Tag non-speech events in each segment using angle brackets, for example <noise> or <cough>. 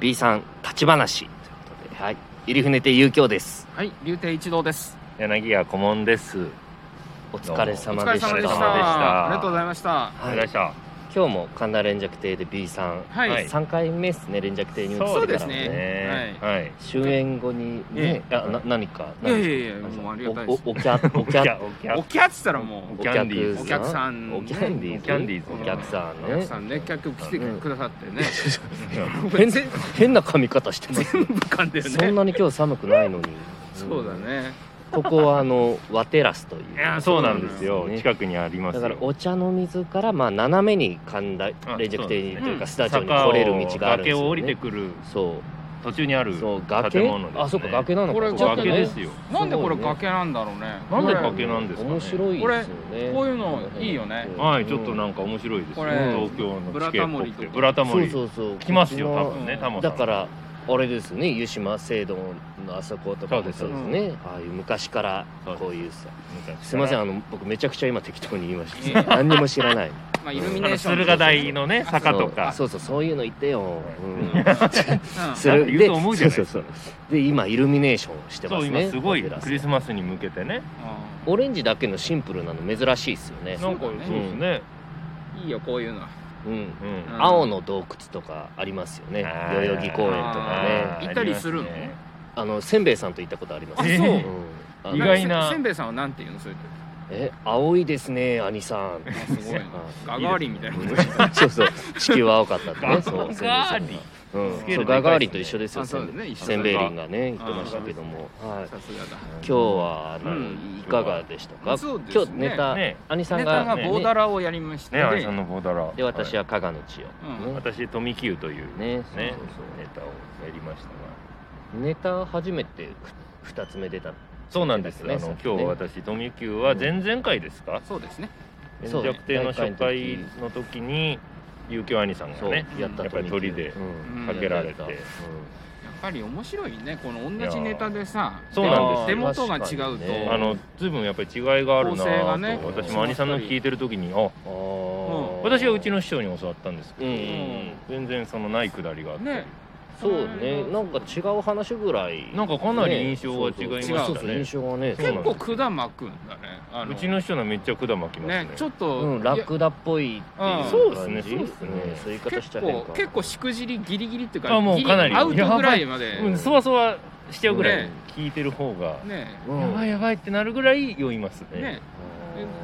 B さん立ち話ということではい入船亭遊興ですはい、竜亭一郎です。柳家顧問です。お疲れ様おで疲れした様でし。お疲れ様でしたたありがとうございました。お疲はれい様でした。今日も神田連雀亭で B さん、はいはい3回目ですね連雀亭に移ってからそうですねねはい。終演後にね、あな何かいやいやいや、もうありがたいです。おおお客おお客客お客お客っつったらもおう客、ャンディ <laughs> ーお客んさん、おキャンディーズおキャンディーズお客さんお客ねさんね、客来てくださってね。変変な髪型してますね全部噛んでそるんね。なに今日寒くないのにそうだね。ここはあの和テラスといういやそうなんですよ。ね近くにありますだよ。からお茶の水からまあ斜めに神田あ連雀亭にそうですねというかスタジオに来れる道があるんです坂を崖をよ降りてねくるそ途中にあうるそう崖建物ですね。あそうか崖なのかこれそうか崖ですよ。なんでこすごいれね崖なんだろうね。なんでこれ崖なんですかね面白いですよねこういうのいいよねはい、ちょっとなうんか面白いですこよ。れ東京の地形っぽくて。ブブラタんモそうリ。そうそう来ますよ、こっち多の分うね、んタモさだん。からあれですね湯島聖堂のあそことかもそうですそうですねああいう昔からこういうさすいませんあの僕めちゃくちゃ今適当に言いましいえいえた何にも知らないまあイイルルミミネネーーシショョン。ン。駿河台。のね、坂とか。そうそうそうそういうの言ってよ、うんうん。するなんか言うと思うじゃないででそすうかそうそうで今イルミネーションしてまそうす今ねすごいオペラさクんリスマスに向けてねオレンジだけのシンプルなの珍しいですよねなんかそそだううねですねいいよこういうのは。うんうんうん青の洞窟とかありますよねあ代ー々木公園とかあねー行ったりするのありあのせんべいさんと行ったことありますあねそうえうん意外なせんべいさんはなんて言うのそれって。え青いですね兄さんあすごいな。ガガーリンみたい <laughs> な。そうそう地球は青かったってねガそうガーリンうんスケそうールでかいですねガガーリンと一緒ですよあそうですね一緒せんべいリンがね言ってましたけどもはいさすがだ。今日はあのうんいかがでしたかそうですね今日ネタね兄さんネがタがボーダラをやりまして、ねあいさんのボーダラで私はは加賀の千う代いね私富久というねねネそうそうタをやりましたがそうネタ初めてふ2つ目出たそうなんですあねのさっきね今日私富久は前々回ですかそうですね。そう弱点の初回の時に結城兄さんがそうねやったやっぱり鳥でうんかけられてやったやっやっぱり面白いねこの同じネタでさいやーそうなんで手す元が違うと、確かにねあの随分やっぱり違いがあるな構成がねと私も兄さんの聞いてる時にあたうんあー私はうちの師匠に教わったんですうけどん全然そのないくだりがあって、ねそうねなんか違う話ぐらいなんかかなり印象が違いましたねそうそうそう印象がねそ結うなんです構管巻くんだねあうちの師匠のめっちゃ管巻きますねねちょっと、うん、ラクダっぽいっていう感じそうですねそうですねんそういう言いやい方し結ちゃ変構か結構しくじりギリギリっていうかあもうギリかなりアウトぐらいまでうん、そわそわしちゃうぐらいね聞いてる方が、ねうんやばいやばいってなるぐらい酔いますねね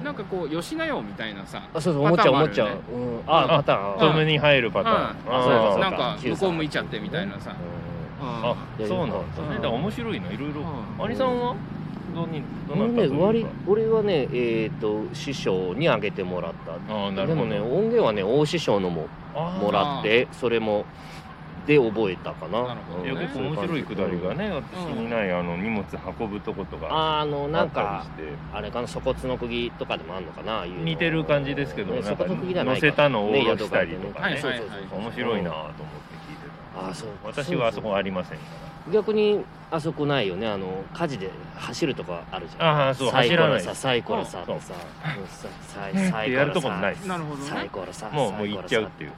うんなんかこう吉野よみたいなさあそうそう思っちゃう思っパちタゃーンもあるうようんあパターン止めに入るパターン、うんあーそうかそうなんか九さ向こう向いちゃってみたいなさ、うあうんそうなんだうんねだから面白いないろいろうんアリさんはどうにどんうな俺ったねとい割うか俺はねえっと師匠にあげてもらったあーなるでもほどね音源はね大師匠のもあーもらってそれもで覚えたかななるほどいやね結構面白いくだりがね私にないあの荷物運ぶとことかあーあのあなんったかりしてあれかな粗骨の釘とかでもあんのかなああいうの似てる感じですけどねなんか粗骨釘じゃないか乗せたのを下ろしたりとかねねはいはい面白いなと思って聞いてああそうた私はあそこありませんか逆にあそこないよねあの火事で走るとかあるじゃんらああーそうサイ走コらロないさサイコロさってそうさうんさサイっサてイやコロるとこもないさですなるほどサイねコロさもうもう行っちゃうっていう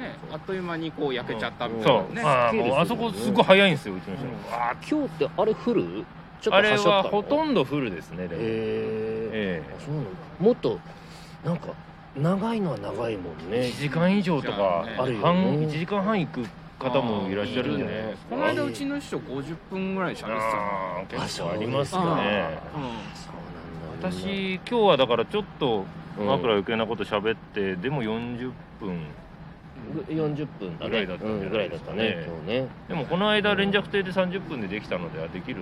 ねあっという間にこう焼けちゃったみたいな、そうねああ綺麗ですよねもうあそこすごい早いんですようちの人うんわー今日ってあれ降るちょっとあれしょはったのほとんどフルですねでもへえええあそうなのもっとなんか長いのは長いもんね1時間以上とかじゃあねあるよね半1時間半行く方もいらっしゃるんであーいるねねこの間うちの師匠50分ぐらい喋ってたのあー結構ありますよねあうそうなんだ私今日はだからちょっとうん枕余計なこと喋ってでも40分んぐ40分だねぐらいだったんうじゃないんぐらいだったねですかね今日ねでもこの間連着亭で30分でできたのであできる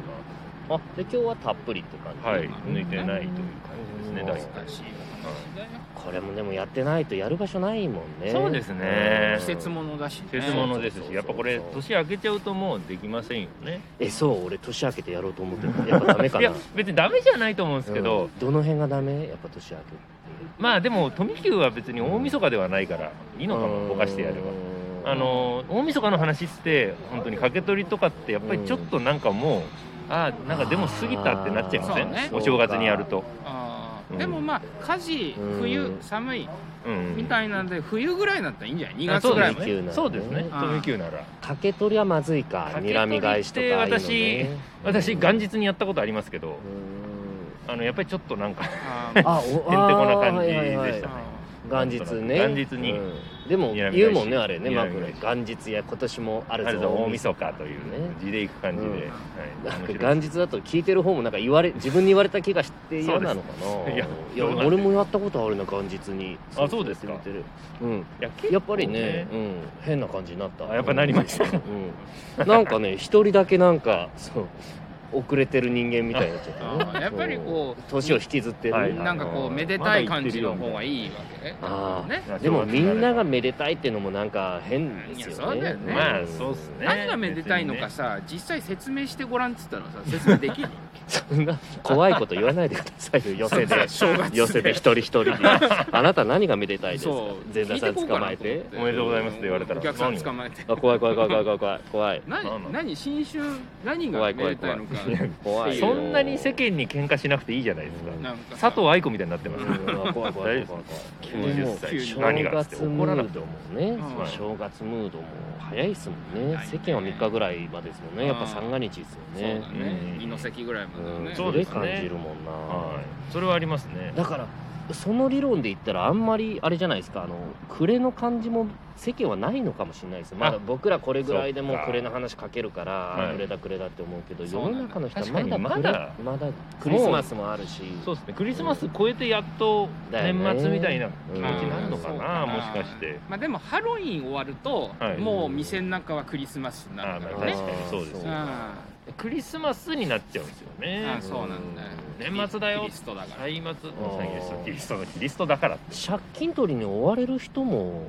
あで今日はたっぷりって感じなはいうん抜いてないという感じですねうん大難体しい話だよこれもでもやってないとやる場所ないもんねそうですね季節物だし、ね、季節ものですしやっぱこれそうそう年明けちゃうともうできませんよねえそう俺年明けてやろうと思ってたやっぱダメか <laughs> いなや別にダメじゃないと思うんですけうどんどの辺がダメやっぱ年明けってまあでも富久は別に大晦日ではないからいいのかもぼかしてやればばあのー大晦日の話って本当に掛け取りとかってやっぱりちょっとなんかもうあーなんかでも過ぎたってなっちゃいませうんん、そうねお正月にやるとあうんでもまあ火事うん冬寒いうんみたいなんで冬ぐらいだったらいいんじゃない2あ月そうぐらでいすもねねねそうですねうん富久ならかけ取りはまずいかかけ取り睨み返しとかああいうのね私うん元日にやったことありますけどうんあのやっぱりちょっとなんかあー <laughs> あ、お、てんてこな感じでしたね元日ね。元日にうんでも睨み返し言うもんねあれね、睨みま返あしこれ元日や今年もああるるぞぞ大大晦晦日というね字でいく感じでうんはい面日。白い元日だと聞いてる方もなんか言われ自分に言われた気がして嫌なのかな。うですいや <laughs> いや俺もやったことあるな元日に。あそうですかやってるうん。いや結構やっぱりね、うん、変な感じになった。あやっぱなりましたうん。なんかね、一人だけなんか、そう、遅れてる人間みたいになっちゃったあね。やっぱりこうそう年を引きずってる。はいなんかこうめでたい感じの方がいいわけねあーねでもみんながめでたいってのもなんか変ですよね。いやそうだよねまあそうっすね何がめでたいのかさ実際説明してごらんっつったらさ説明できるそんな怖いこと言わないでくださいよ <laughs> 寄せで正月で寄せで一人一人にあなた何がめでたいですかそう前座さん聞いこう捕かまなえと思ってておめでとうございますって言われたらお客さん捕まえてあ怖い怖い怖い怖い怖い怖い怖い何何何新春何が怖いめ怖でいた怖いいのか怖いよそんなに世間に喧嘩しなくていいじゃないですかなんかさ佐藤愛子みたいになってますうん怖い怖い怖い怖い怖い90歳急に何正がっつっ月てム怒らなーくてドももね、うんそう正月ムードも早いですもんね早いね世間は3日ぐらいまでですもんねやっぱ三が日ですそうよだねねうん二の関ぐらいまでうだんねそうれですね感じるもんな、はいそれはありますねだからその理論で言ったらあんまりあれじゃないですかあの暮れの感じも世間はないのかもしれないですよまだあ僕らこれぐらいでもそっか暮れの話かけるから、はい暮れだ暮れだって思うけどそう世なんの中だの人は確かにまだまだまだクリスマスもあるしそうですねクリスマス超えてやっとだよ年ね末みたいな気持ちになるうのかんそうなもしかしてまあでもハロウィン終わると、はいもう店の中はクリスマスになるかあらーねま確かにそうですうんあクリスマスになっちゃうんですよねーそうなんだよ年末だよキリストだから歳末のあーキリストのキリストだからって借金取りに追われる人も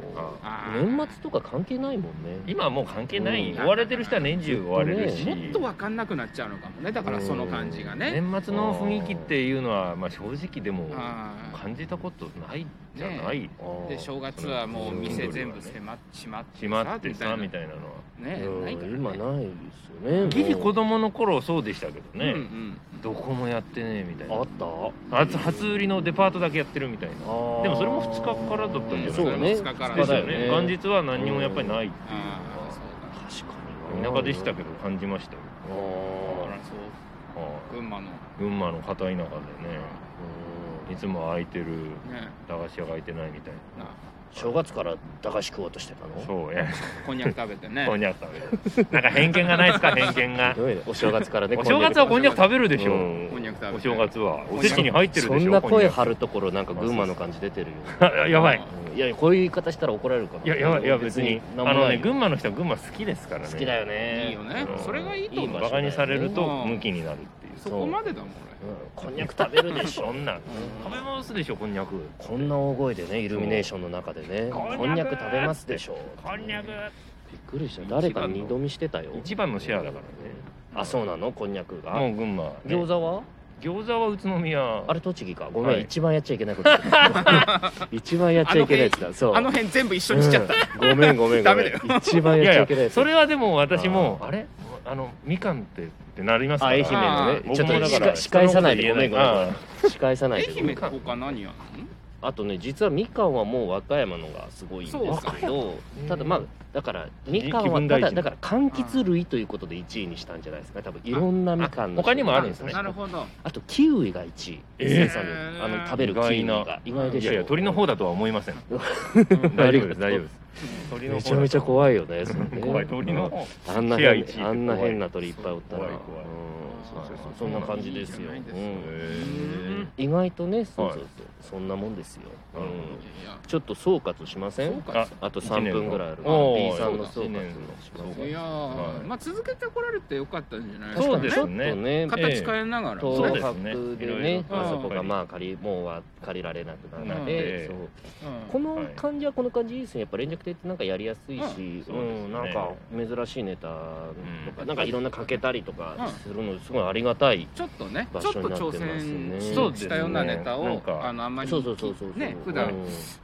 あー年末とか関係ないもんね今はもう関係ない、うん追われてる人は年中追われるし、ねもっと分かんなくなっちゃうのかもねだからその感じがね年末の雰囲気っていうのは、まあ、正直でもあー感じたことないじゃない、で正月はもう店全部閉ま閉まって閉まってさみみたたいいなのはなねうんないからね今ないですよねギリ子も供の頃そうでしたけどね、うんうんどこもやってねえみたいうあなった初初売りのデパートだけやってるみたいなでもそれも二日からだったんじゃないそうね二日からですよ二日だねよ元日は何にもやっぱりないっていうああそう確かになのは田舎でしたけど感じましたよ、あだーだからそうはい群馬のね群馬の片田舎でねいつも開いてる駄菓子屋が開いてないみたいな正月から駄菓子食おうとしてたなのそうやこんにゃく食べてねこんにゃく食べるなんか偏見がないですか偏見 <laughs> がひどいねお正月からね <laughs> お正月はこんにゃく食べるでしょ、うんこんにゃく食べてお正月はおせちに入ってるそでしょんなこんに声ゃく張るところなんか群馬の感じ出てるよ <laughs> あやばいうんいやいやこういう言い方したら怒られるかないいややばいいや別にあ何ものなねい群馬の人は群馬好きですからね好きだよねいいよねうんそれがいいと思う場所バカにされるだよねとムキになるっていうそこまでだもんうんこんにゃく食べるで <laughs> しょそんなうん食べますでしょこんにゃくこんな大声でねイルミネーションの中でねそうこんにゃく食べますでしょこんにゃくびっくりした誰か二度見してたよ一番のシェアだかあそうなのこんにゃくらがねもう群馬、ね、餃子は餃子は宇都宮あれ栃木かごめん、はい一番やっちゃいけ <laughs> ないこと言ってた一番やっちゃいけないやつだそう俺あの辺全部一緒にしちゃったうんごめんごめんごダめメんだよ一番いやっちゃやいいけないややつそれはでも私もあーあれあのみかんってってなりますかあら愛媛のねあーちょっと僕もだしかから司会さないでごめんごめんごあめん司会さないでご愛めん媛他何やんのあとね実はみかんはもう和歌山のがすごいんですそうかけど山ただまあだからみかん気は分た大だ事だから柑橘類ということで1位にしたんじゃないですか多分いろんなみかんのあ他にもあるんですねなるほどあとキウイが1位、え生ー産量あの食べるキウイが意外でいしょやいや鳥の方だとは思い <laughs> ませんん大丈夫です大丈夫です鳥のめ方ちゃめちゃ怖いよねそれね怖い鳥の方あんなシェア変一位あんな変な鳥いっぱいおったら怖い怖ういんそうそうそうそんな感じですよいいじゃうないんー意外とねそうそうそう、はそんなもんですよ、うんなるほいやちょっと総括しませんそうかあと3分ぐらいあるからおー B さんの総括一の年しまいすやはーいまあ続けてこられてよかったんじゃないそうですちねょっとねえ形変えながら東そうですね博でいろいねろまあうんそこがまあ借りもうは借りられなくなるので、うんそううんこの感じはこの感じいいですねやっぱ連着亭ってなんかやりやすいし、ううんんそうなんですねか珍しいネタとか、うんなんかいろんなかけたりとかするのすごいありがたい、ちょっとね場ちょっ所とになってま挑すね戦しそうですねしたようなネタなをんかあのあんまりそうそうそうそうね普う段ん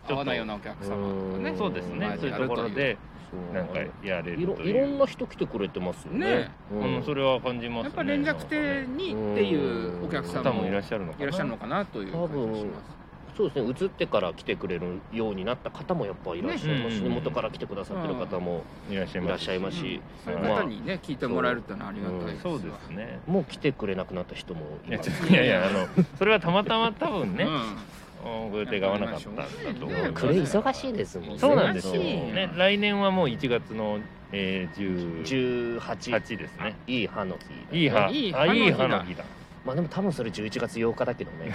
会わないようなお客様とかねんそうですねんそういうところでうんなんかやれいるろといいろうんな人来てくれてますよねね。ううんん、それは感じますねやっぱ連絡亭にっていうお客さん方ももいらいっしゃるのかならっしゃるのかなという感じがします。そうですね移ってから来てくれるようになった方もやっぱいらっしゃいますし、ねね、元から来てくださってる方もいらっしゃいいらっしゃいまますすし、そういう方にね聞いてもらえるってのはありがたいですわ。そうですねもう来てくれなくなった人もいいやますちょいやいやあのそれはたまたま多分ねうん。おご予定が合わなかったんだと思やいっぱまりくすれ忙しいですもんねそうなんですよ、忙しいね、来年はもう1月の、えー、 18 18ですねいい歯の日いい歯いいあいい歯歯のの日だ、まあでも多分それ11月8日だけどね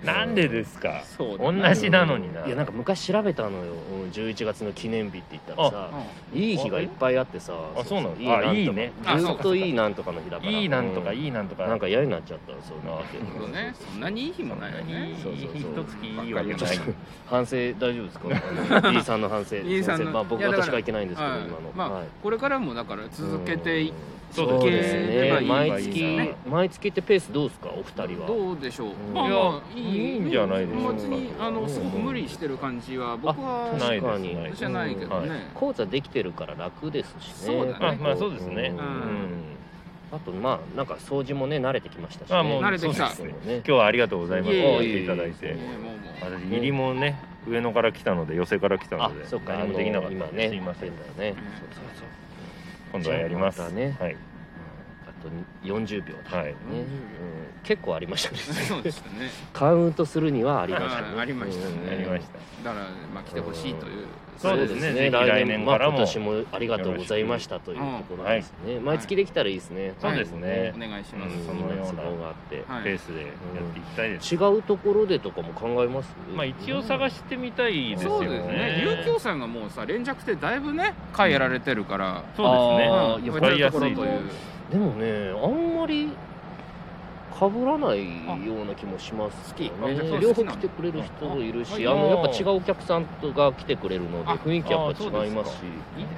うん、なんでですかそうだ同ねじなのにないやなんか昔調べたのようん11月の記念日って言ったらさいい日がいっぱいあってさあそうなのいいなんとかあいいねあずそうっかといいなんとかの日だからいいなんとかういいなんとかなんか嫌になっちゃったそういうのだけうん。そうどね。そんなにいい日もないよね。そうそうそう一月いいわけちょなっいと反省大丈夫 <laughs> ですかあの ?B さんの <laughs> 反省 B さんのすいませまあ僕いやだから私がいけないんですけどはい今のまあはいこれからもだから続けていそうですね続ければいい毎月毎月ってペースどうですかお二人はどうでしょう。んまあまあいやいいんじゃないでしょうか別にあのすごく無理してる感じは僕はないで確すかにないですじゃないけどね。講座できてるから楽ですしねそうだねまあまあそうですねうんううんんあとまあなんか掃除もね慣れてきましたしねあもう慣れてきたそうです今ね日はありがとうございますいえいえ来ていただいいえていえねもうもう私入りもね上野から来たので寄せから来たあのでそうか何もできなかあっのた今ねすいませんそうだよねうんそうそうそう今度はやりますじゃあまたねはいあと40秒だはいねうん結構ありましたね <laughs> そうでしたね。カウントするにはありましたあありましたねうんやりましただからまあ来てほしいという。そうですねぜひ来年まあからも今年もありがとうございましたというところですね毎月できたらいいですねそうですねお願いしうまんす。そのような都合があってはいペースでやっていきたいです違うところでとかも考えますまあ一応探してみたいですよそうねですね。ゆうきょうさんがもうさ連着ってだいぶね回やられてるから。そうですねあーうんいやこうところ使いやすでもねあんまり被らないような気もしますけどね好きあそう両方好きな来のてくれる人もいるしあああのやっぱ違うお客さんとが来てくれるのであ雰囲気やっぱ違いますしいいです